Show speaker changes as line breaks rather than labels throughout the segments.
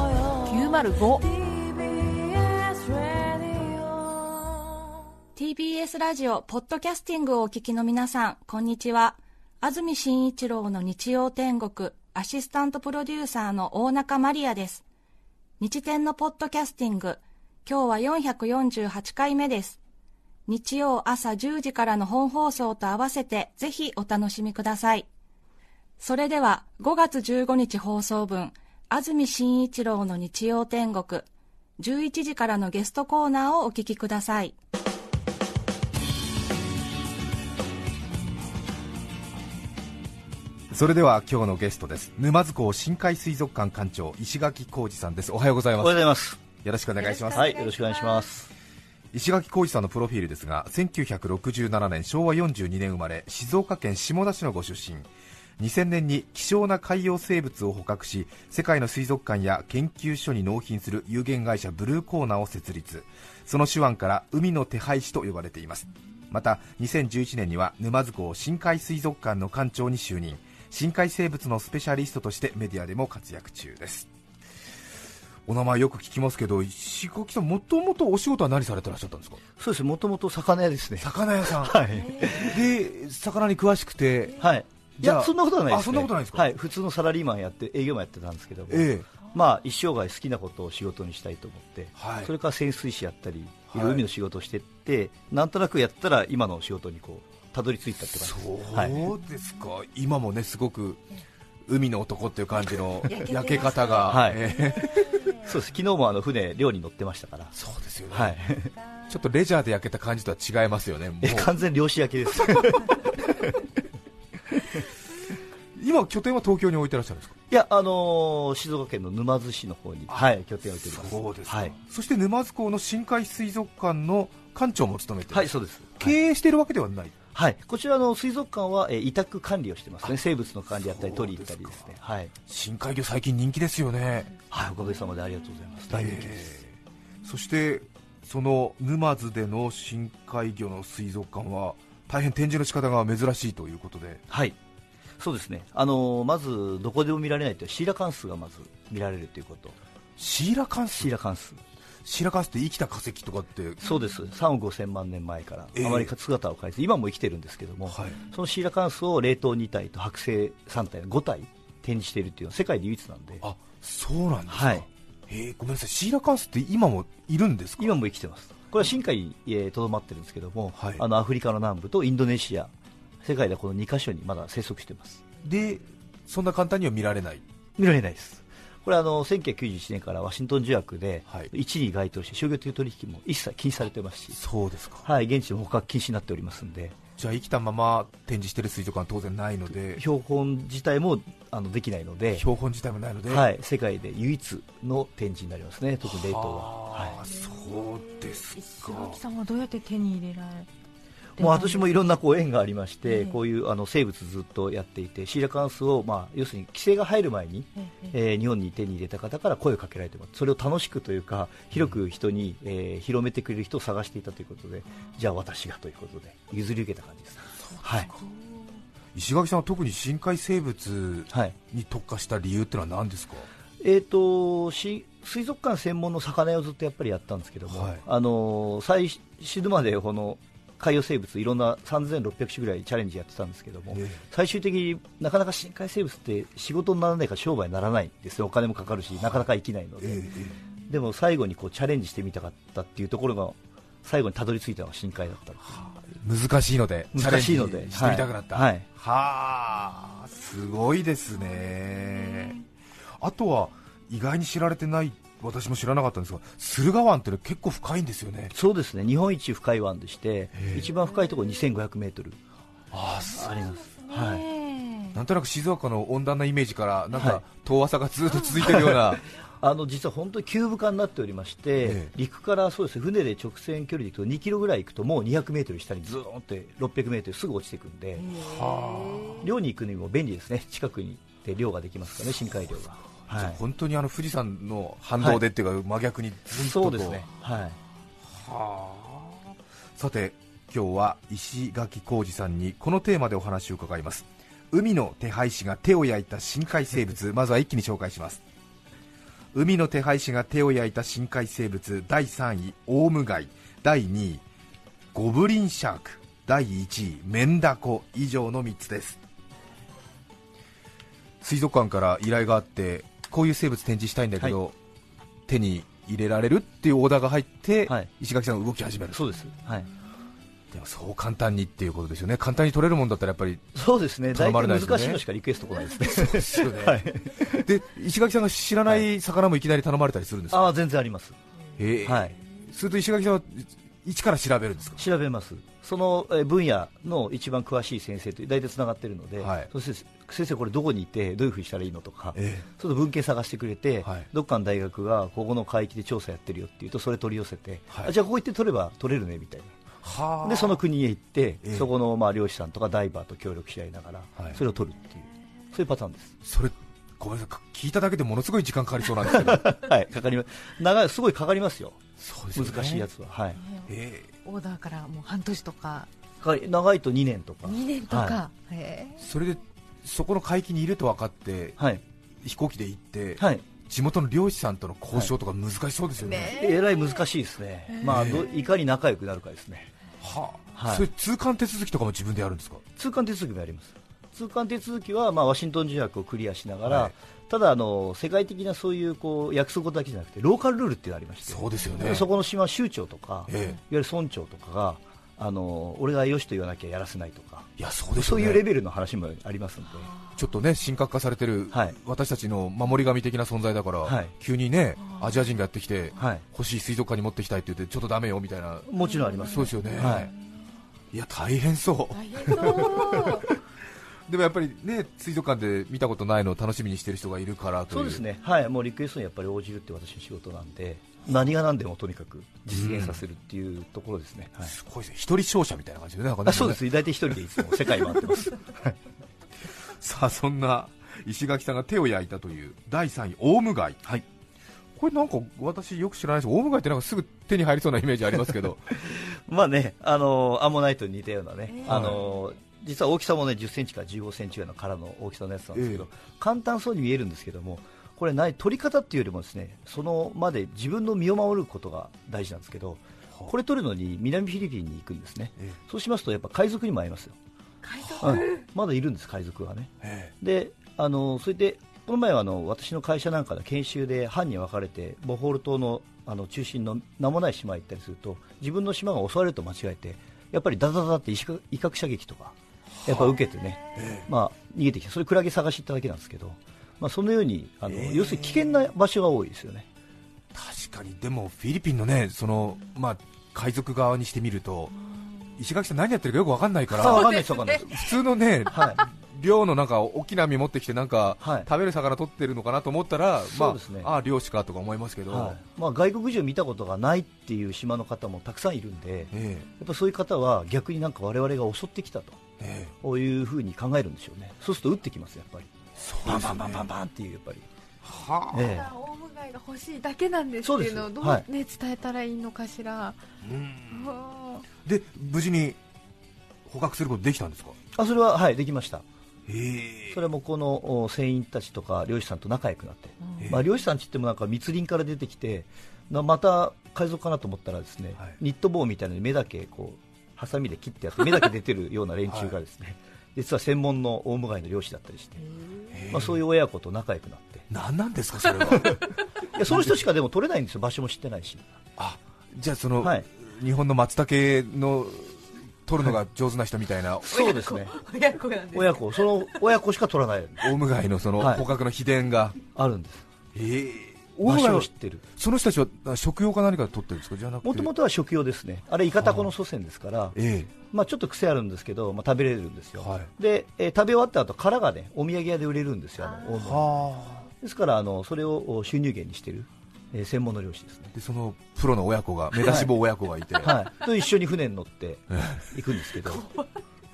905
TBS ラジオポッドキャスティングをお聞きの皆さんこんにちは安住紳一郎の日曜天国アシスタントプロデューサーの大中マリアです日天のポッドキャスティング今日は448回目です日曜朝10時からの本放送と合わせてぜひお楽しみくださいそれでは5月15日放送分安住紳一郎の日曜天国11時からのゲストコーナーをお聞きください
それでは今日のゲストです沼津港深海水族館館長石垣浩二さんですおはようござい
お
ま
はようご
す
ざいます。
よろしくお願いします
はい、よろしくお願いします。
石垣浩二さんのプロフィールですが1967年昭和42年生まれ静岡県下田市のご出身2000年に希少な海洋生物を捕獲し世界の水族館や研究所に納品する有限会社ブルーコーナーを設立その手腕から海の手配師と呼ばれていますまた2011年には沼津港深海水族館の館長に就任深海生物のスペシャリストとしてメディアでも活躍中ですお名前よく聞きますけど石垣さんもともとお仕事は何されてらっしゃったんですか
そうですね、もともと魚屋ですね。
魚屋さん
はい。
で魚に詳しくて
はい。い
じゃあ
や、そんなことはないです、ね。
あそんなことないですか
はい、普通のサラリーマンやって、営業マンやってたんですけども、
ええ
まあ、一生涯好きなことを仕事にしたいと思って、
はい
それから潜水士やったり、い
は
ろいろ
い
海の仕事をしてって、なんとなくやったら今の仕事にこう、たどり着いたって感じです。はい。
そうですか、今もねすごく海の男っていう感じの
焼けてます
焼け方が、
はい
ええ
そうです。昨日もあの、船、漁に乗ってましたから。
そうですよね、
はい。
ちょっとレジャーで焼けた感じとは違いますよね、もう
完全漁師焼 けです。
今、拠点は東京に置いてらっしゃるんですか、
いや、あのー静岡県の沼津市の方に、はい、拠点を置いております。はい。
そして沼津港の深海水族館の館長も務めてる、
はい、そうです。
経営しているわけではない、
はい、こちらの水族館は、えー委託管理をしてますね、生物の管理やったり、
そう
取
で
り
す
行
か
ったりですね、はい、
深海魚、最近人気ですよね、
はい、おかげさまでありがとうございます、大人気です、
ええそしてその沼津での深海魚の水族館は大変展示の仕方が珍しいということで、
はい、そうですね、あのーまずどこでも見られないという、シーラカンスがまず見られるということ、
シーラカン
シ
ス
ーラカンス、
シーラカンスって生きた化石とかって、
そうです、3億5000万年前から
え、え
あまり姿を変えず、今も生きてるんですけども、
はい
そのシーラカンスを冷凍2体と剥製3体、5体展示しているっていうのは、世界で唯一なんで、
あそうなんですか、
はい
えーごめんなさい、シーラカンスって今もいるんですか、
今も生きてます、これは深海にえーとどまってるんですけども、
はい
あのアフリカの南部とインドネシア、世界ではこの2カ所にまだ生息してます、
でそんな簡単には見られない、
見られないです、これはあの1991年からワシントン条約で、
はい
一に該当して商業という取引も一切禁止されてますし、
そうですか、
はい、現地でも捕獲禁止になっておりますんで、
じゃあ生きたまま展示してる水族館は当然ないので、
標本自体もあのできないので、
標本自体もないので、
はい、世界で唯一の展示になりますね、特に冷凍は。
あー
は
そうです
石
か、
垣さんはどうやって手に入れられ
いもう私もいろんなこう縁がありまして、
ええ
こういうあの生物ずっとやっていて、シーラカンスを、まあ、要するに規制が入る前に、
ええ
えー日本に手に入れた方から声をかけられてもらってそれを楽しくというか広く人に、えー広めてくれる人を探していたということでじゃあ私がということで譲り受けた感じですはい、
石垣さんは特に深海生物
はい
に特化した理由ってのは何ですか、
えー、とし水族館専門の魚屋をずっとやっぱりやったんですけども、
はい
あのー最死ぬまでこの海洋生物いろんな3600種ぐらいチャレンジやってたんですけども、
ええ
最終的になかなか深海生物って仕事にならないから商売にならないんですよお金もかかるし、なかなか生きないので、
え
でも最後にこうチャレンジしてみたかったっていうところが最後にたどり着いたのが深海だったっていう
え難しいので、
難しいので
チャレンジしてみたくなった、
はいはい
はあ、すごいですね、あとは意外に知られてない、私も知らなかったんですが、駿河湾ってのは結構深いんですよね、
そうですね日本一深い湾でして一番深いところ2500メートル
ああす
ありますはい
ね
なんとなく静岡の温暖なイメージから、なん
は
か
い
遠浅がずっと続いてるような、
あの実は本当に急部化になっておりまして、
ええ
陸からそうですね船で直線距離で行くと2キロぐらい行くともう200メートル下にずーンって600メートルすぐ落ちていくんで、漁に行くにも便利ですね近くにで漁ができますからね深海漁が、はい、
本当にあの富士山の反動でっていうか、真逆にずっとこ
そうですねはい
さて今日は石垣浩二さんにこのテーマでお話を 伺います海の手配師が手を焼いた深海生物まずは一気に紹介します海の手配師が手を焼いた深海生物第3位オウムガイ第2位ゴブリンシャーク第1位メンダコ以上の3つです水族館から依頼があってこういう生物展示したいんだけど、手に入れられるっていうオーダーが入って、
はい
石垣さんが動き始める
そうです、はい、
でもそう簡単にっていうことですよね簡単に取れるもんだったらやっぱり
そうですね、
頼
大
ま
体
れないですね
難しいのしかリクエスト来ないですね、
ですよね
はい、
で石垣さんが知らない魚もいきなり頼まれたりするんですか、
ああ全然あります、
へえ
はい、
すると石垣さんは一から調べるんですか
調べます、そのえー分野の一番詳しい先生と大体つながってるので、
はい
そして先生、これどこにいて、どういうふうにしたらいいのとか、
ええ
その文献探してくれて、
はい
どっかの大学がここの海域で調査やってるよっていうと、それ取り寄せて、
はい
あじゃあここ行って取れば取れるねみたい
は
な、
あ
でその国へ行って、
ええ
そこのまあ漁師さんとかダイバーと協力し合いながら、
はい
それを取るっていう、そういうパターンです。
それごめんなさい聞いただけでものすごい時間かかりそうなんですけ ど
はい、かかります長いすごいかかりますよ、
そうですよね
難しいやつは、はい、
え
オーダーからもう半年とか
かかり長いと2年とか、
2年と
は
か、へ
えそれでそこの海域にいると分かって
はい、
飛行機で行って、
はい、
地元の漁師さんとの交渉とか難しそうですよね,、
えらい難しいですね、まあ、どいかに仲良くなるかですね、
はあ、
はい
それ通関手続きとかも自分でやるんですか
通関手続きもあります、通関手続きは、まあ、ワシントン条約をクリアしながら、
はい
ただあの、世界的なそういうこう約束だけじゃなくて、ローカルルールっていうのがありまして、
そうですよね
そこの島、州長とか、
ええ
いわゆる村長とかが、あの俺がよしと言わなきゃやらせないとか、
いやそうです
そ
よね
ういうレベルの話もありますので。
ちょっとね神格化されてる、
はい
私たちの守り神的な存在だから、
はい
急にねアジア人がやってきて、
はい
欲しい水族館に持ってきたいって言ってちょっとダメよみたいな
もちろんあります、
そうですよね、、
はい
や大変そう
大変そう
でもやっぱりね水族館で見たことないのを楽しみにしてる人がいるからという
そうですね、はい、もうリクエストにやっぱり応じるって私の仕事なんで、何が何でもとにかく実現させるっていうところですね、はい、
すごいですね一人勝者みたいな感じでねなんかね
あそうです、大体一人でいつも世界回ってます、
さあそんな石垣さんが手を焼いたという第3位オウムガイ、
はい
これなんか私よく知らないですオウムガイってなんかすぐ手に入りそうなイメージあります けど
まあね、あのアンモナイトに似たようなね、
ー
あの実は大きさもね10センチから15センチぐらいの殻の大きさのやつなんですけど、
え
簡単そうに見えるんですけども、これない、取り方っていうよりも、ですねそのまで自分の身を守ることが大事なんですけど、これ取るのに南フィリピンに行くんですね、
ええ
そうしますと、やっぱ海賊にも会いますよ。うんまだいるんです、海賊はね。
え
であのそれでこの前はあの私の会社なんかの研修で班に分かれてボホール島のあの中心の名もない島へ行ったりすると自分の島が襲われると間違えてやっぱりダダダダって威嚇威嚇射撃とかやっぱ受けてね、まあ、逃げてきてそれクラゲ探し行っただけなんですけど、まあ、そのようにあの、要するに危険な場所が多いですよね。
確かにでもフィリピンのねそのまあ海賊側にしてみると石垣さん何やってるかよくわかんないか
あわ
ら
かんないですわかんない です
普通のね、
はい
漁のなんか大きな網持ってきてなんか、
はい
食べる魚取ってるのかなと思ったら、
そう
ま
ですね
あ、ああ漁師かとか思いますけど、
はいまあ、外国人を見たことがないっていう島の方もたくさんいるんで、や
え
っぱそういう方は逆になんか我々が襲ってきたと
えええ
こういうふうに考えるんでしょうね、そうすると打ってきます、やっぱり、
そう
バ
で
ン
す
バ
よ
ン
ね
バンバンバンっていう、やっぱり、
はあ
ええ
ただオウムガイが欲しいだけなんですっていうのをどう、
そうです
ね、伝えたらいいのかしら、うん
で無事に捕獲することできたんですか
あそれは、はい、できました、
ええ
それもこのお船員たちとか漁師さんと仲良くなって、
ええ
まあ、漁師さんちってもなんか密林から出てきて、なまた海賊かなと思ったら、ですね、
はい
ニット帽みたいなのに目だけこうハサミで切ってやって、目だけ出てるような連中がですね、実は専門のオウムガイの漁師だったりして、まあ、そういう親子と仲良くなって、
何なんですかそれは
いやその人しかでも取れないんですよ、場所も知ってないし。
あじゃあその、
はい
日本の松茸の取るのが上手な人みたいな
そうですね
親子なんです
親子その親子しか取らない
オウムガイのその
はい
捕獲の秘伝が、
あるんです
ええオウム
場
ガイ
所
は
を知ってる
その人たちはあ食用か何かで取ってるんですかじゃなくて
もともとは食用ですねあれイカタコの祖先ですから、
え
まあ、ちょっと癖あるんですけど、まあ、食べれるんですよ、
は
で、えー食べ終わった後殻がねお土産屋で売れるんですよあの
え
大物
はあ
ですからあのそれをお収入源にしてる、えー専門の漁師で すね
でそのプロの親子が目出し帽親子がいて、
はいと一緒に船に乗って行くんですけど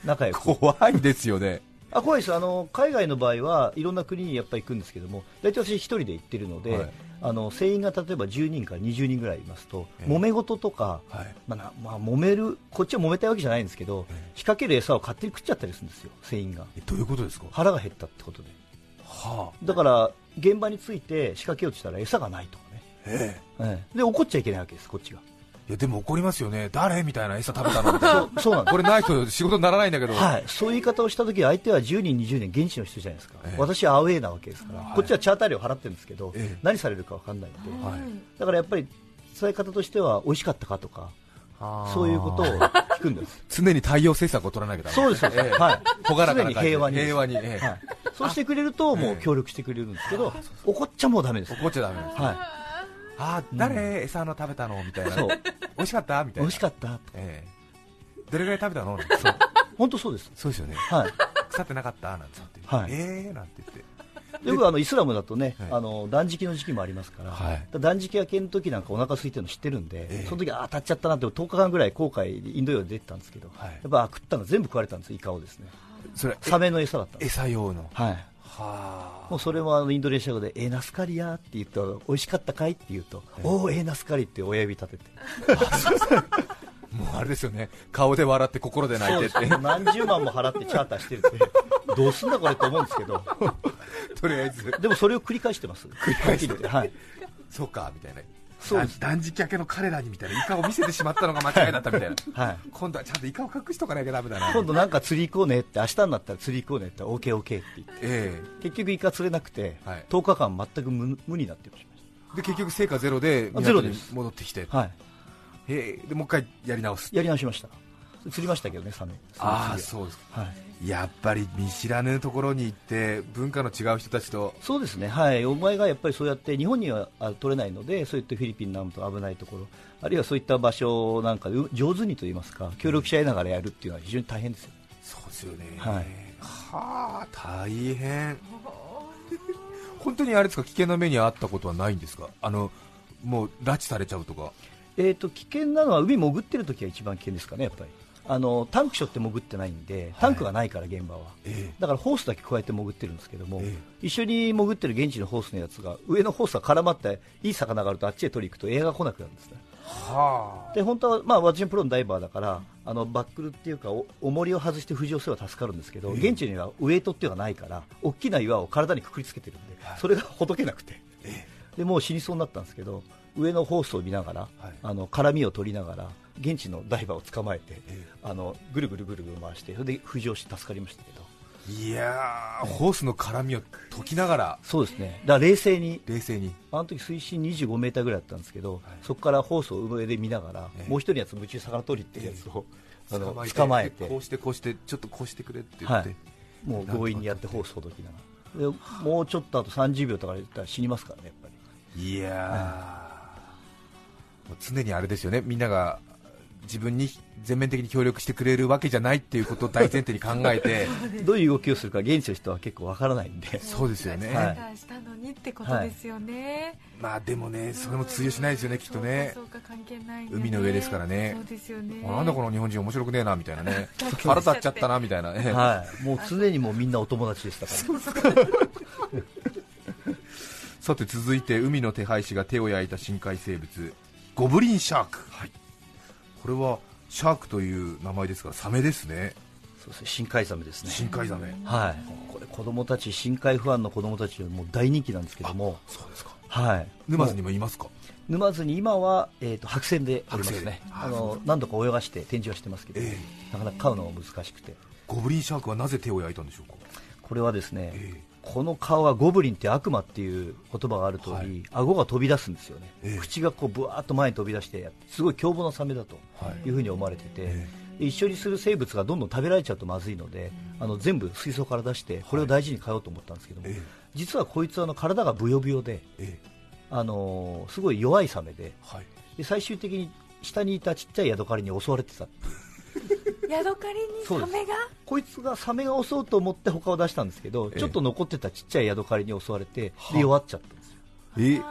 仲良く
怖いですよね
あ怖いですあの海外の場合はいろんな国にやっぱり行くんですけども大体私一人で行ってるので、
はい
あの船員が例えば10人から20人ぐらいいますと、
ええ
揉め事とか、
はい
まあなまあ、揉めるこっちは揉めたいわけじゃないんですけど、
ええ
仕掛ける餌を勝手に食っちゃったりするんですよ船員が
えどういうことですか
腹が減ったってことで
は
だから現場に着いて仕掛けようとしたら餌がないとかね、
え
ええで怒っちゃいけないわけです、こっ ちが。
えいやでも怒りますよね誰みたいな餌食べたのみたいな
そうそうなんです
これないと仕事にならないんだけど、
はい、そういう言い方をしたとき、相手は10人、20人、現地の人じゃないですか、
ええ
私はアウェーなわけですから、
はい
こっちはチャーター料払ってるんですけど、
ええ
何されるか分かんないので、
はい
だからやっぱり伝え方としては、美味しかったかとか、
あー
そういうことを聞くんです、
常に対応政策を取らなきゃダメ
そうです、
ええ
はい、
朗らかな
常
感
に
じで
平和にです、
平和にええ
はい、そうしてくれると、もう協力してくれるんですけど、怒っちゃもうだめです、
怒っちゃダメです
はい、
あー誰、餌の食べたのみたいな
そう
美味しかったみたいな
美味しかったとか、
ええどれぐらい食べたのそう
本当そうです、
そうですよね
はい、
腐ってなかったなんて言って、
はい
ええー、なんて言って
よくあのイスラムだとね、
はい
あの断食の時期もありますから、
はい
断食明けの時なんかお腹空いてるの知ってるんで、
ええ
その時あ当たっちゃったなって、10日間ぐらい後悔でインド洋で出てたんですけど、
はい
やっぱ食ったの全部食われたんです、イカをですね、
それ
サメの餌だったんです、
餌用の
はい、
はあ
もうそれもあのインドネシア語で、えー、ナスカリアって言ったら、美味しかったかいって言うと、おお、えー、ナスカリって親指立てて、
もうあれですよね顔で笑って心で泣いてって
もう 何十万も払ってチャーターしてるって、どうすんだこれって思うんですけど、
とりあえず
でもそれを繰り返してます、繰り返して。はい
そうかみたいな
そうです
断食明けの彼らにみたいなイカを見せてしまったのが間違いだったみたいな、
はい
今度はちゃんとイカを隠しとかなきゃダメだな
今度なんか釣り行こうねって明日になったら釣り行こうねってオーケーオーケーって言って
え
結局イカ釣れなくて、
はい
10日間全く無無になってしまい
えで結局成果ゼロで
あゼロ
港
で
に
す
戻ってきて、
ました、はい、
ええでもう一回やり直す
やり直しました釣りましたけどねサメ
ああ
う、
そうです
はい、
やっぱり見知らぬところに行って文化の違う人たちと
そうですねはいお前がやっぱりそうやって日本にはあ取れないのでそういったフィリピンなんと危ないところあるいはそういった場所なんかでう上手にと言いますか協力し合いながらやるっていうのは非常に大変ですよ、
そうですよね
はい
はあ大変 本当にあれですか危険な目に遭ったことはないんですかあのもう拉致されちゃうとか
えー、と危険なのは海潜ってる時が一番危険ですかねやっぱりあのタンクショって潜ってないんでタンクがないから現場は、
え
だからホースだけ加えて潜ってるんですけども、
え
一緒に潜ってる現地のホースのやつが上のホースが絡まっていい魚があるとあっちへ取りに行くとエアが来なくなるんですね
は
で本当は、まあ、私もプロのダイバーだからあのバックルっていうかお重りを外して浮上すれば助かるんですけど、現地にはウエイトっていうのがないから大きな岩を体にくくりつけてるんでそれがほどけなくて、でもう死にそうになったんですけど上のホースを見ながら、
はい
あの絡みを取りながら現地のダイバーを捕まえて、
え
あのぐるぐるぐるぐる回してそれで浮上して助かりましたけど。
あいやーホースの絡みを解きながら
そうですね、だから冷静に、
冷静に
あの時水深25メーターぐらいだったんですけど、
い
そこからホースを上で見ながら、
ええ
もう一人のやつ、夢中魚取りっていうやつを、あの
て
捕まえ
こ
て
う、してこうしてちょっとこうしてくれって言
は
って、
い、もう強引にやってホースほどきながら、でもうちょっとあと30秒とかで言ったら死にますからね、やっぱり。
い、やー、もう常にあれですよねみんなが自分に全面的に協力してくれるわけじゃないっていうことを大前提に考えて
どういう動きをするか、現地の人は結構わからないんで、
そうですよね、
はい
判断したのにってことですよね。
まあでもね、それも通用しないですよね、きっとね
そ、うかそうか関係ないんだね
海の上ですからね
そうですよね。
あなんだこの日本人、面白くねえなみたいな ね、
確か
腹
に
立っちゃったなみたいな、ね
はい、もう常にもうみんなお友達でしたから、
さて続いて、海の手配師が手を焼いた深海生物、ゴブリンシャーク、これはシャークという名前ですから、サメですね、
そうですね、深海ザメですね。
深海ザメ、
はい、これ子供たち深海不安の子供たちにもう大人気なんですけども、
そうですか
はい、
沼津にもいますか、
沼津に今は、えー、と白線でおりますね、
白
あ
線で
の何度か泳がして展示はしてますけど、
え
なかなか飼うのが難しくて、
ゴブリンシャークはなぜ手を焼いたんでしょうか、
これはですね、
ええ
この顔はゴブリンって悪魔っていう言葉がある通り、
はい
顎が飛び出すんですよね、
ええ
口がこうぶわーっと前に飛び出して、すごい凶暴なサメだと
はい
いうふうに思われてて、
え
で一緒にする生物がどんどん食べられちゃうとまずいので、あの全部水槽から出して、これを大事に飼おうと思ったんですけども、
ええ
実はこいつはあの体がブヨブヨで、
え
あのーすごい弱いサメで。
はい、
で最終的に下にいたちっちゃいヤドカリに襲われてたっていう
ヤドカリにサメが
こいつがサメが襲うと思って他を出したんですけど、
ええ
ちょっと残ってたちっちゃいヤドカリに襲われて
はあ
で弱っちゃったんですよ
ええ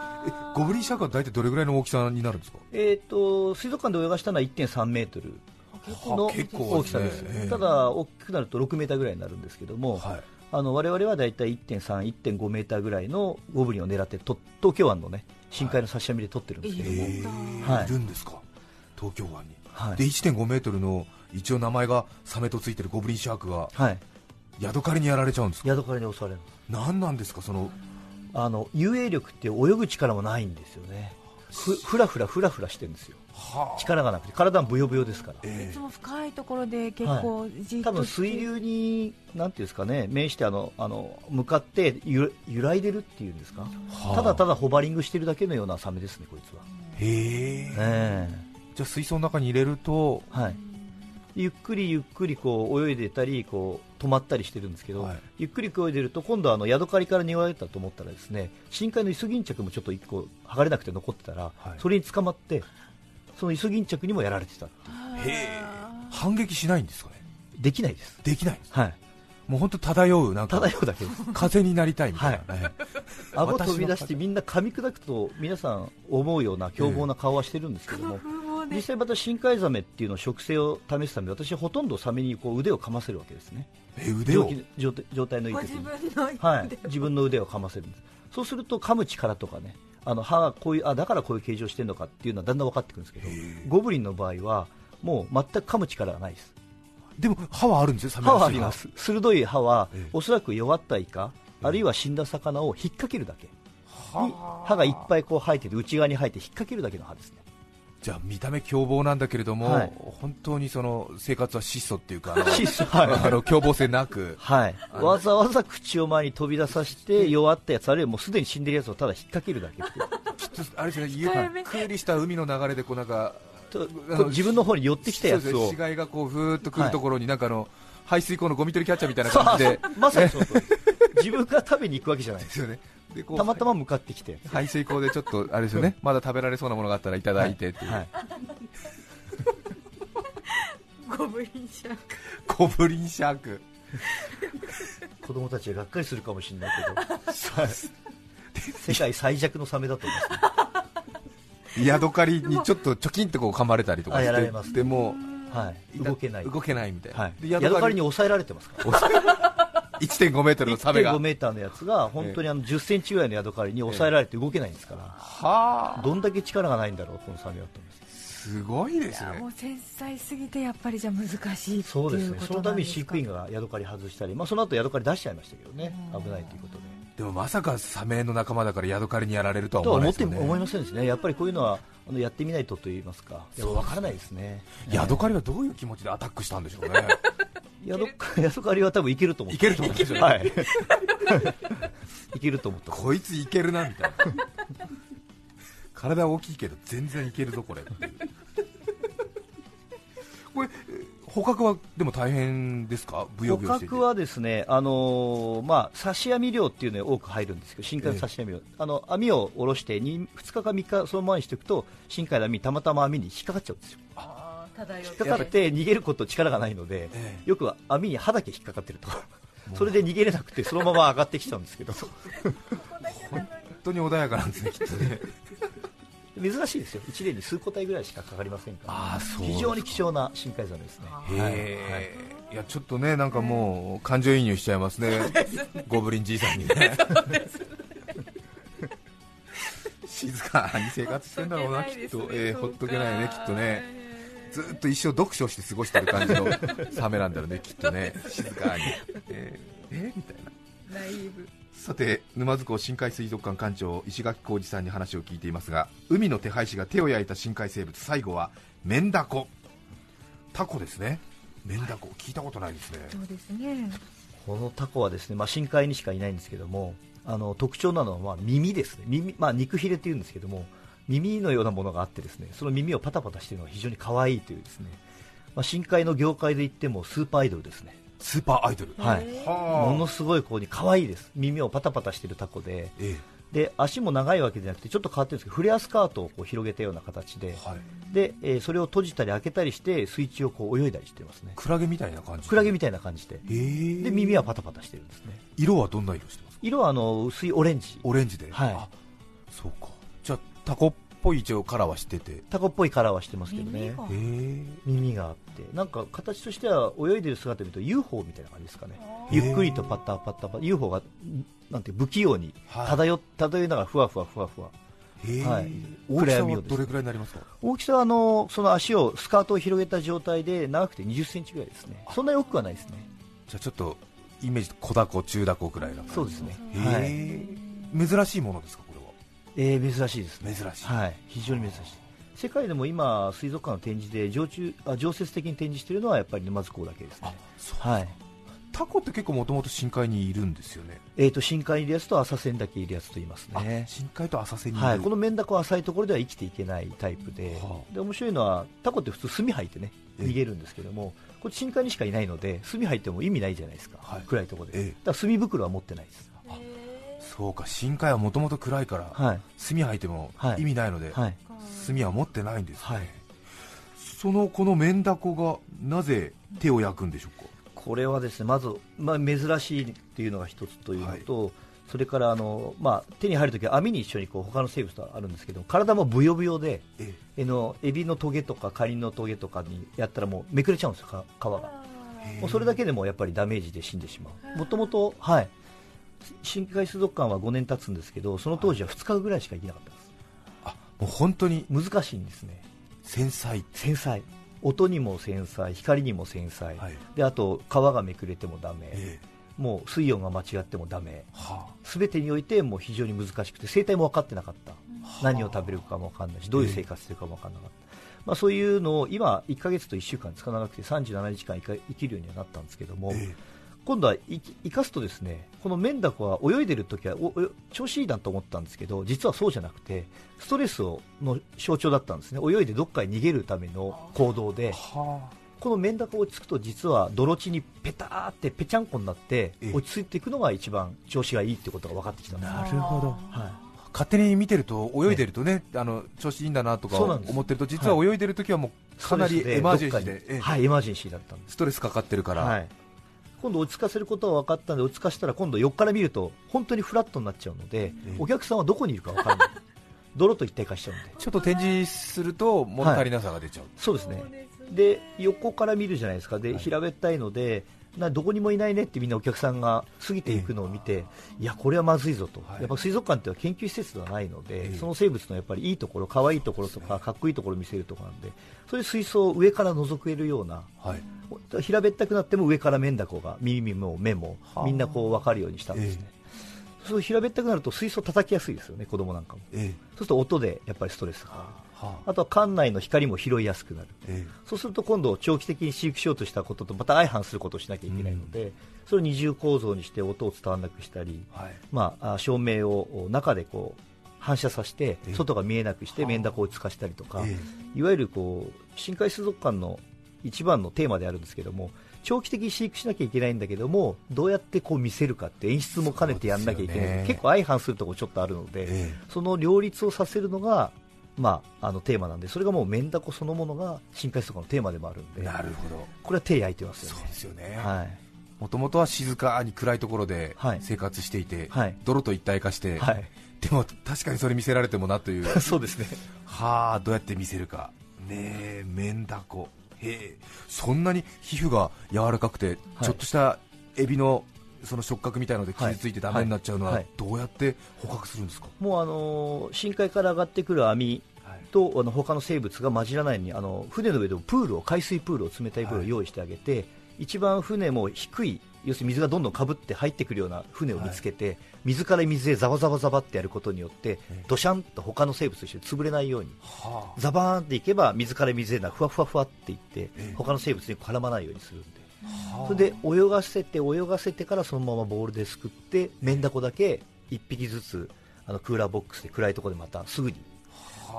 ゴブリンシャークは大体どれぐらいの大きさになるんですか、
えっ、と水族館で泳がしたのは1.3メートルの
はあ結構
大きさです、
ですねええ
ただ大きくなると6メーターぐらいになるんですけども、
はい
あの我々はだいたい1.3、1.5メーターぐらいのゴブリンを狙ってと東京湾のね深海の刺し網で取ってるんですけども、
え
はい
いるんですか、東京湾に、
はい
で1.5メートルの一応名前がサメとついてるゴブリンシャークが
はい
ヤドカリにやられちゃうんですか、
ヤドカリに襲われるんです
何なんですか、その
あの遊泳力って泳ぐ力もないんですよねふふらふらふらふらしてるんですよ
は
力がなくて体もブヨブヨですから
いつも深いところで結構じっ
多
と
分
して、
水流になんていうんですかね面してあのあの向かってゆ揺らいでるっていうんですか
はあ
ただただホバリングしてるだけのようなサメですねこいつは、
あへえ
え
じゃあ水槽の中に入れると
えはい、ゆっくりゆっくりこう泳いでたりこう止まったりしてるんですけど、
はい
ゆっくり泳いでると今度はあのヤドカリから逃げられたと思ったらですね深海のイソギンチャクもちょっと1個剥がれなくて残ってたら、
はい
それに捕まってそのイソギンチャクにもやられてた
へえ反撃しないんですかね
できないです、
できないんです
はい、
もう本当漂うなん
た
か
だようだけです
風になりたいみたいなね、
顎飛び出してみんな噛み砕くと皆さん思うような凶暴な顔はしてるんですけども、実際また深海ザメっていうのを食性を試すため私はほとんどサメにこう腕を噛ませるわけですね
え腕を
状気状態状態のいい時に
の
はい、自分の腕を噛ませるんですそうすると噛む力とかねあの歯がこういうあだからこういう形状してるのかっていうのはだんだん分かってくるんですけどゴブリンの場合はもう全く噛む力がないです
でも歯はあるんですよサメ
歯
の
はあります鋭い歯は
ええ
おそらく弱ったイカあるいは死んだ魚を引っ掛けるだけに歯がいっぱいこう生えてて内側に生えて引っ掛けるだけの 歯ですね
じゃあ見た目凶暴なんだけれども、
はい
本当にその生活は質素っていうかあの
質素 はい
あの凶暴性なく
はい
あの
わざわざ口を前に飛び出させて弱ったやつあるいはもうすでに死んでるやつをただ引っ掛けるだ けっていう
きっとあれですねゆっくりした海の流れでこうなんか
と
あ
こ
の
う自分の方に寄ってきたや
そう
つ
ですね
を
死骸がこうふーっと来るところになんかあの、排水溝のゴミ取りキャッチャーみたいな感じで
まさに そうそう自分が食べに行くわけじゃないで
ですすよねでこう
たまたま向かってきて
排水溝でちょっとあれですよねまだ食べられそうなものがあったらいただいてっていう、
はい
ゴブリンシャーク
ゴブリンシャーク
子供たちががっかりするかもしれないけ ど世界最弱のサメだと思います
ヤドカリにちょっとチョキンとこう噛まれたりとかして
あやられますね
でも
はい動けない
動けないみたいな、
はい
で
ヤド カリに抑えられてますから
1.5メートルのサメが
1.5メーターのやつが本当にあの10センチぐらいのヤドカリに抑えられて動けないんですから、
はあ
どんだけ力がないんだろう、このサメはと思います。
すごいです
も
ね
う繊細すぎてやっぱりじゃあ難しいっていう
そ
こと
うで
なん
す
です
ね。
か
そのために飼育員がヤドカリ外したり、まあその後ヤドカリ出しちゃいましたけどね、危ないということで。
でもまさかサメの仲間だからヤドカリにやられるとは
と
思
は
わないです
思って
よ
も
ね
思いませんでしたね。やっぱりこういうのはあのやってみないとと言いますか、いやわからないですね。
ヤドカリはどういう気持ちでアタックしたんでしょうね
ヤド カリヤドカリは多分いけると思う。
いけると思うんですよね
はい。いけると思った。
こいついけるなみたいな 体大きいけど全然いけるぞこれこれえ捕獲はでも大変ですかブヨ
捕
ブヨしてて
獲はですね、あのーまあ、刺し網漁っていうのが多く入るんですけど、深海の刺し網漁、あの網を下ろして2、二日か3日そのままにしておくと、深海の網、たまたま網に引っかかっちゃうんですよ、引っかかって逃げること、力がないので
え、え
よくは網に歯だけ引っかかってると、それで逃げれなくて、そのまま上がってきちゃうんですけど、
本当に穏やかなんですねきっとね
珍しいですよ、1年に数個体ぐらいしかかかりませんか
ああそ
ら、非常に貴重な深海ザメですね。
へえ、いやちょっとね、なんかもう感情移入しちゃいますね、ゴブリンじいさんにね。静かに生活してんだろうな、きっと、ええほっとけないね、きっとね、ずっと一生読書して過ごしてる感じのサメなんだろうね、きっとね、静かに、ええええみたいな。さて沼津港深海水族館館長石垣浩二さんに話を聞いていますが海の手配師が手を焼いた深海生物最後はメンダコタコですねメンダコ、聞いたことないですね
そうですね
このタコはですね、まあ、深海にしかいないんですけどもあの特徴なのはまあ耳ですね耳、まあ、肉ヒレっていうんですけども耳のようなものがあってですねその耳をパタパタしているのが非常に可愛いというですね、まあ、深海の業界で言ってもスーパーアイドルですね
スーパーアイドル
はい
はあ
ものすごいこうに可愛いです耳をパタパタしているタコで
え
で足も長いわけじゃなくてちょっと変わってるんですけどフレアスカートをこう広げたような形
え
で
はい
で、えーそれを閉じたり開けたりして水中をこう泳いだりしてますね
クラゲみたいな感じ
クラゲみ
た
たいな感じで
いええ
で耳はパタパタしてるんですね
色はどんな色してますか
色はあの薄いオレンジ
オレンジで
はい
あそうかじゃあタコっぽい一応カラーはしててへ
タコっぽいカラーはしてますけどね
耳が
え
耳があってなんか形としては泳いでる姿見ると UFO みたいな感じですかね
ー
ゆっくりとパッタパッタパッタ UFO がなんて不器用に
はい
漂,、漂いながらふわふわふわふわ
へえ
はい
大きさ
暗闇
は
をです
ど
ね
れくらいになりますか
大きさはあのその足をスカートを広げた状態で長くて2 0センチぐらいですねそんなに大きくはないですね
じゃあちょっとイメージ小ダコ中ダコくらいな感じ
そうですね、
へえ
はい、
珍しいものですかこれ
えー珍しいですね
は珍しい、
はい、非常に珍しい世界でも今水族館の展示で常駐あ常設的に展示しているのはやっぱり沼津港だけですね
そう
はい
タコって結構もともと深海にいるんですよね
えー、と深海にいるやつと浅瀬にだけいるやつと言いますね
あ、深海と浅瀬にいる、
はい、このメンダコは浅いところでは生きていけないタイプで,、
は
で面白いのはタコって普通墨吐いてね
え
逃げるんですけどもこれ深海にしかいないので墨吐いても意味ないじゃないですか、
はい
暗いところで
ええ
だから墨袋は持ってないです、
そうか深海はもともと暗いから、
はい
墨吐いても
はい
意味ないので、
はい、
墨は持ってないんです、ね
はい
そのこのメンダコがなぜ手を焼くんでしょうか
これはですねまず、まあ、珍しいというのが一つというのと、それからあの、まあ、手に入るときは網に一緒にこう他の生物とあるんですけど体もブヨブヨで
え
えのエビのトゲとかカニのトゲとかにやったらもうめくれちゃうんですよか皮が。
え
もうそれだけでもやっぱりダメージで死んでしまう、もともと、はい、深海水族館は5年経つんですけど、その当時は2日ぐらいしか行けなかった
あもう本当に
です、難しいんですね、
繊細
繊細、音にも繊細、光にも繊細、
はい
であと皮がめくれてもダメ、
ええ
もう水温が間違ってもダメ、
は
すべてにおいてもう非常に難しくて、生態も分かってなかった、何を食べるかも分かんないし、どういう生活するかも分かんなかった。まあ、そういうのを今、1ヶ月と1週間使わなくて37日間生か生きるようにはなったんですけど
あ
も、
ええ
今度は生き生かすとですねこのメンダコは泳いでる時はおお調子いいなと思ったんですけど実はそうじゃなくてストレスをの象徴だったんですね泳いでどっかに逃げるための行動で
はあ
このメンダコ落ち着くと実は泥地にペターってぺちゃんこになって
ええ
落ち着いていくのが一番調子がいいってことが分かってきたんです、
るほど
は
勝手に見てると泳いでるとね、あの調子いいんだなとか
そうなんです
思ってると実は
は
泳いでる時はも
い、
うかなり
ストレス
エマージェンシー
ど
で
っか
え
に
え
はい、エマージェンシーだったんです
ストレスかかってるから、
はい、今度落ち着かせることは分かったんで落ち着かせたら今度横から見ると本当にフラットになっちゃうので、
うん
お客さんはどこにいるか分からない泥と一体化しちゃうんで
ちょっと展示すると物足りなさが出ちゃう、
そうですねで横から見るじゃないですかで、
はい
平べったいのでなどこにもいないねってみんなお客さんが過ぎていくのを見て、いやこれはまずいぞと、
はい
やっぱ水族館ってのは研究施設ではないので、
ええ
その生物のやっぱりいいところ可愛いところとか、かっこいいところを見せるとかなんでそういう水槽を上から覗けるような
はい
平べったくなっても上からメンダコが耳も目も
はあ
みんなこう分かるようにしたんですね、そう平べったくなると水槽叩きやすいですよね子供なんかも
ええ
そうすると音でやっぱりストレスがあ
は
るあとは館内の光も拾いやすくなる
え
そうすると今度長期的に飼育しようとしたこととまた相反することをしなきゃいけないので、それを二重構造にして音を伝わらなくしたり、
えはい
まあ、あ照明を中でこう反射させて
ええ
外が見えなくして
はあ
メンダコを落ち着かしたりとか、
え
いわゆるこう深海水族館の一番のテーマであるんですけども長期的に飼育しなきゃいけないんだけどもどうやってこう見せるかって演出も兼ねてやんなきゃいけな
そ
い、
うですよね
結構相反するところちょっとあるので、
ええ
その両立をさせるのが、まあ、あのテーマなんでそれがもうメンダコそのものが深海水族館のテーマでもあるん
え
で
なるほど
これは手焼いてますよ
そう
ね
ですよね
はい
もともとは静かに暗いところで
はい
生活していて、
はい
泥と一体化して、
はい
でも確かにそれ見せられてもなという
そうですね
はあどうやって見せるかねえメンダコへえそんなに皮膚が柔らかくて、
い
ちょっとしたエビのその触覚みたいので傷ついてダメになっちゃうのは、
はいはい
どうやって捕獲するんですか、
もうあのー深海から上がってくる網
はい
とあの他の生物が混じらないようにあの船の上でもプールを海水プールを冷たいプールを
はい
用意してあげて、一番船も低い要するに水がどんどんかぶって入ってくるような船を見つけて、水から水へざわざわざわってやることによって
ええ
どしゃんと他の生物と一緒に潰れないように
は
ザバーンっていけば水から水へなふわふわふわっていって
え
他の生物に絡まないようにするんで
あはあ
それで泳がせて泳がせてからそのままボールですくってメンダコだけ1匹ずつあのクーラーボックスで暗いところでまたすぐに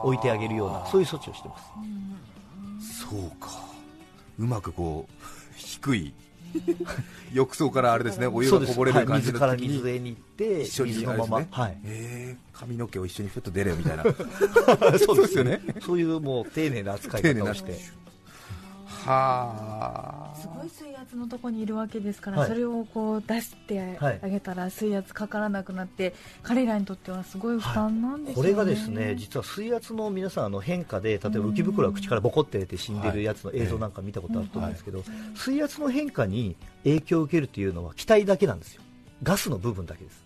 置いてあげるようなそういう措置をしてます
そうかうまくこう低い浴槽からあれですねお湯
そ
が
うで
こ
す
ぼれる感じの
はい、
時
水か
に
ら水へに行って
一緒に
水のまま、
あ
は
れで
い
すねへえ髪の毛を一緒にふっと出れよみたいな
そう
ですよね
そういうもう丁寧な扱い
丁寧
方
な
をして
はあ
すごい水圧のとこにいるわけですから、
はい
それをこう出して
はい
あげたら水圧かからなくなって、彼らにとってはすごい負担なんです
こ
よね、
れがですね実は水圧の皆さんあの変化で例えば浮き袋が口からボコって出て死んでるやつの映像なんか見たことあると思うんですけど、水圧の変化に影響を受けるというのは気体だけなんですよガスの部分だけです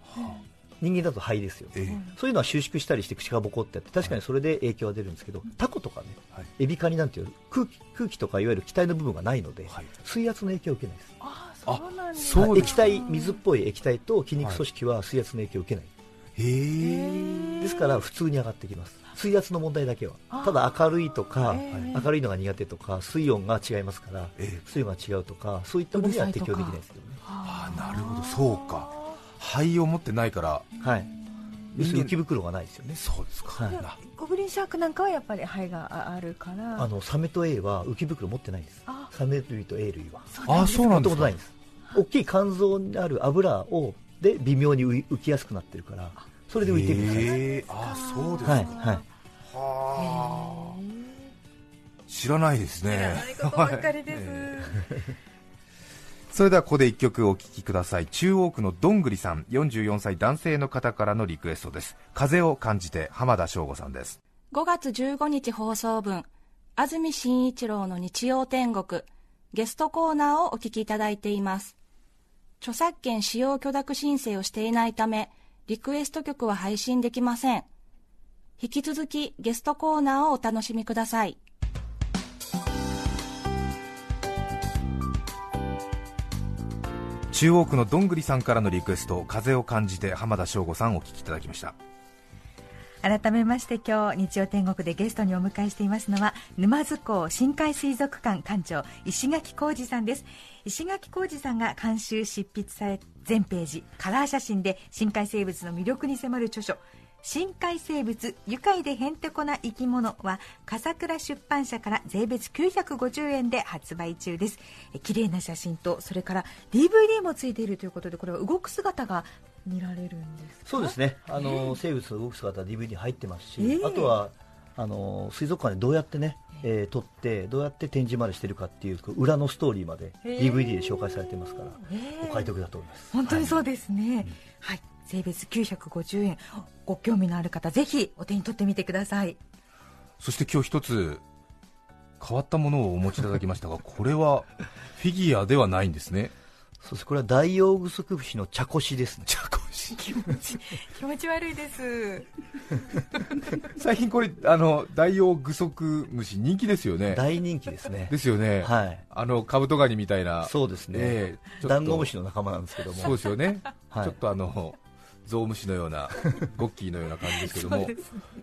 人間だと肺ですよ
ええ
そういうのは収縮したりして口がボコってやって確かにそれで影響は出るんですけどタコとかね
はい
エビカニなんていう空気空気とかいわゆる気体の部分がないので
はい
水圧の影響を受けないです
あーそうなんです
あそう
ね
です
液体水っぽい液体と筋肉組織は水圧の影響を受けない、
へ
ですから普通に上がってきます水圧の問題だけは
あ
ただ明るいとか
ええ
明るいのが苦手とか水温が違いますから
ええ
水温が違うとかそういったものには適応できないですけどね
ああなるほどそうか肺を持ってないから
はい要するに浮き袋がないですよね
そうですか、
はい
な
ゴブリンシャークなんかはやっぱり肺がああるから
あのサメとエイは浮き袋持ってないです
あ
サメ類とエイ類は
あそうなん
持
です
ったこと
か
ないんです大きい肝臓にある油をで微妙に浮い浮きやすくなってるからそれで浮いてるんですよ
へえああそうですか、
はいはい
はあ知らないですね
ことばっかりです
はいええそれではここで1曲お聴きください中央区のどんぐりさん44歳男性の方からのリクエストです風を感じて浜田省吾さんです
5月15日放送分、安住紳一郎の日曜天国、ゲストコーナーをお聞きいただいています。著作権使用許諾申請をしていないため、リクエスト曲は配信できません。引き続きゲストコーナーをお楽しみください。
中央区のどんぐりさんからのリクエスト風を感じて浜田省吾さんお聴きいただきました
改めまして今日日曜天国でゲストにお迎えしていますのは沼津港深海水族館館長石垣浩二さんです石垣浩二さんが監修執筆され全ページカラー写真で深海生物の魅力に迫る著書深海生物愉快でへんてこな生き物は笠倉出版社から税別950円で発売中ですえ綺麗な写真とそれから DVD もついているということでこれは動く姿が見られるんですか
そうですね、あの生物の動く姿は DVD に入ってますし、
ええ
あとはあの水族館でどうやってね、えー撮って、どうやって展示までしてるかっていう、こう裏のストーリーまで
ええ
DVD で紹介されてますから、
ええ
お買い得だと思います。
本当にそう
で
ですね、はい税別950円ご興味のある方ぜひお手に取ってみてください
そして今日一つ変わったものをお持ちいただきま したがこれはフィギュアではないんですね
すそうですこれはダイオウグソクムシの茶こしですね。
じゃあこれ
気持ち悪いです
最近これあのダイオウグソクムシ人気ですよね
大人気ですね
で。すよね、
はい。
あのカブトガニみたいな
そうですね
ええちょっと
ダンゴムシの仲間なんですけど
そう
も、
ですよね、
はい
ちょっとあのゾウムシのようなゴッキーのような感じですけども、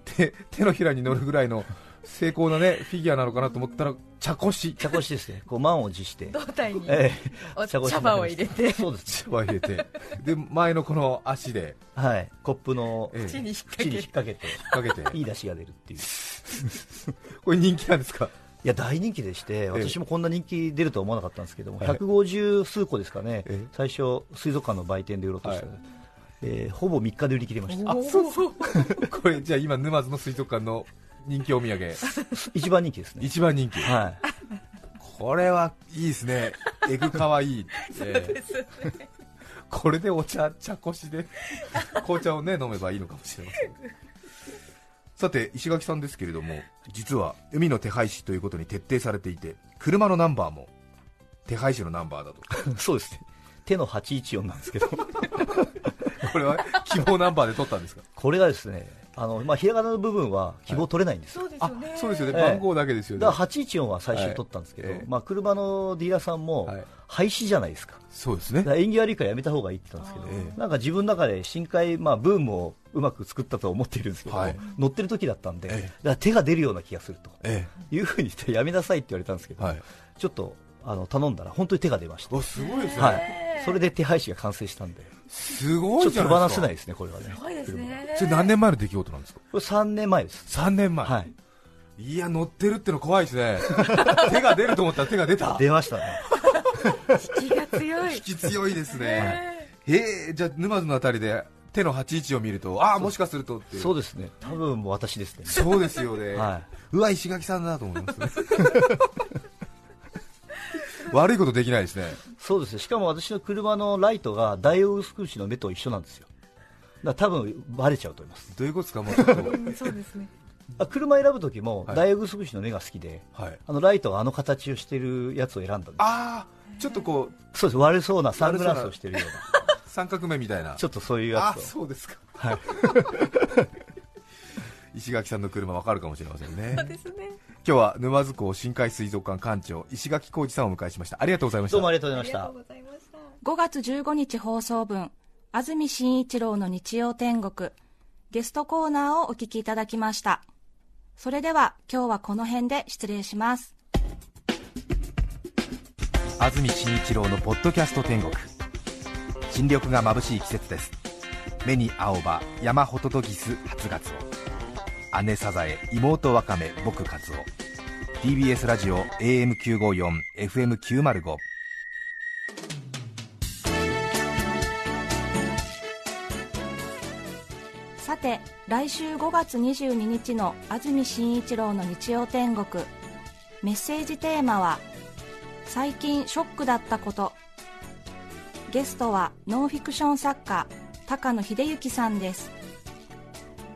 手手のひらに乗るぐらいの精巧なねフィギュアなのかなと思ったら茶こし
茶こしですね。こう満を持して、
胴体に
え
お
え
茶
こしにな
葉
り
を入
まし
れ
た
て
そうです。
は入れてで前のこの足で、
はい。コップの
ええ
口に引っ掛
口に引っ
け
掛けて、
かけて
いい出汁が出るっていう。
これ人気なんですか
いや大人気でして、私もこんな人気出るとは思わなかったんですけども、150数個ですかね
ええ、
最初、水族館の売店で売ろうとしたら、
は
えーほぼ3日で売り切れました、
そうそうこれじゃあ今沼津の水族館の人気お土 産
一番人気ですね、
一番人気
はい、
これはいいですねえぐかわ いい、ええこれでお茶茶こし で紅茶をね飲めばいいのかもしれませんさて石垣さんですけれども実は海の手配師ということに徹底されていて車のナンバーも手配師のナンバーだと
そうですね、手の814なんですけど、
これは希望ナンバーで取ったんですか
これがですね、あのまあ、ひらがなの部分は希望取れないんですよ、
そうです
あ
よね
そうですよね
ええ
番号だけですよね、
だから814は最初に取ったんですけど、
はいええ
まあ、車のディーラーさんも
はい
廃止じゃないですか。
そうですね
だから縁起悪いからやめた方がいいって言ったんですけど、
あー
なんか自分の中で深海、まあ、ブームをうまく作ったと思っているんですけども、
はい
乗ってる時だったんで、
ええ
だから手が出るような気がすると
え
いうふうに言って、やめなさいって言われたんですけ
え
ど、
はい
ちょっとあの頼んだら、本当に手が出ました、
おすごいですね、
はい、それで手配師が完成したんで、
す
ち
ご
ょ
い
っ
じゃ
と手
ない
放
ですか
せないですね、これはね、す
そうですね
それ何年前の出来事なんですか
これ3年前です、
3年前、
はい、
いや、乗ってるっての怖いです ね。手が出ると思ったら手が出た。
出ましたね、
気が強い
引き強いですね。へえ、じゃあ沼津のあたりで手の81を見ると、ああ、もしかするとっていう。
そうですね、多分もう私ですね、
そうですよね。
は
うわ、石垣さんだと思いますね。 悪いことできないですね。
そうですね、しかも私の車のライトがダイオウグソクムシの目と一緒なんですよ、だから多分バレちゃうと思います。
どういうことですか、もうちょっと。
そうですね
あ車選ぶ時も
はい
ダイオウグソクムシの目が好きで、
はい。
あのライトがあの形をしているやつを選んだんで
ああ、ちょっとこう、
すそうです割れそうなサングラスをしているよう
三角目みたいな。
なちょっとそういう
あ
や
あ、
つを
そうですか。 石垣さんの車わかるかもしれませんね。今日は沼津港深海水族館館長石垣浩二さんをお迎えしました。ありがとうございました。
どうもありがとうございました
5月15日放送分、安住紳一郎の日曜天国、ゲストコーナーをお聞きいただきました。それでは今日はこの辺で失礼します。
安住紳一郎のポッドキャスト天国新緑が眩しい季節です目に青葉山ホトトギス初ガツオ姉サザエ妹ワカメ僕カツオ TBS ラジオ AM954FM905
さて来週5月22日の安住紳一郎の日曜天国メッセージテーマは「最近ショックだったこと」ゲストはノンフィクション作家高野秀幸さんです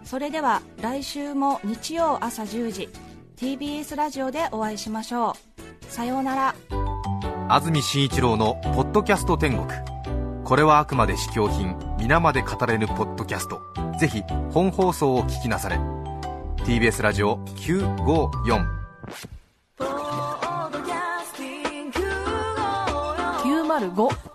それでは来週も日曜朝10時 TBS ラジオでお会いしましょうさようなら
安住紳一郎の「ポッドキャスト天国」これはあくまで試供品皆まで語れぬポッドキャストぜひ本放送を聞きなされ TBS ラジオ954
905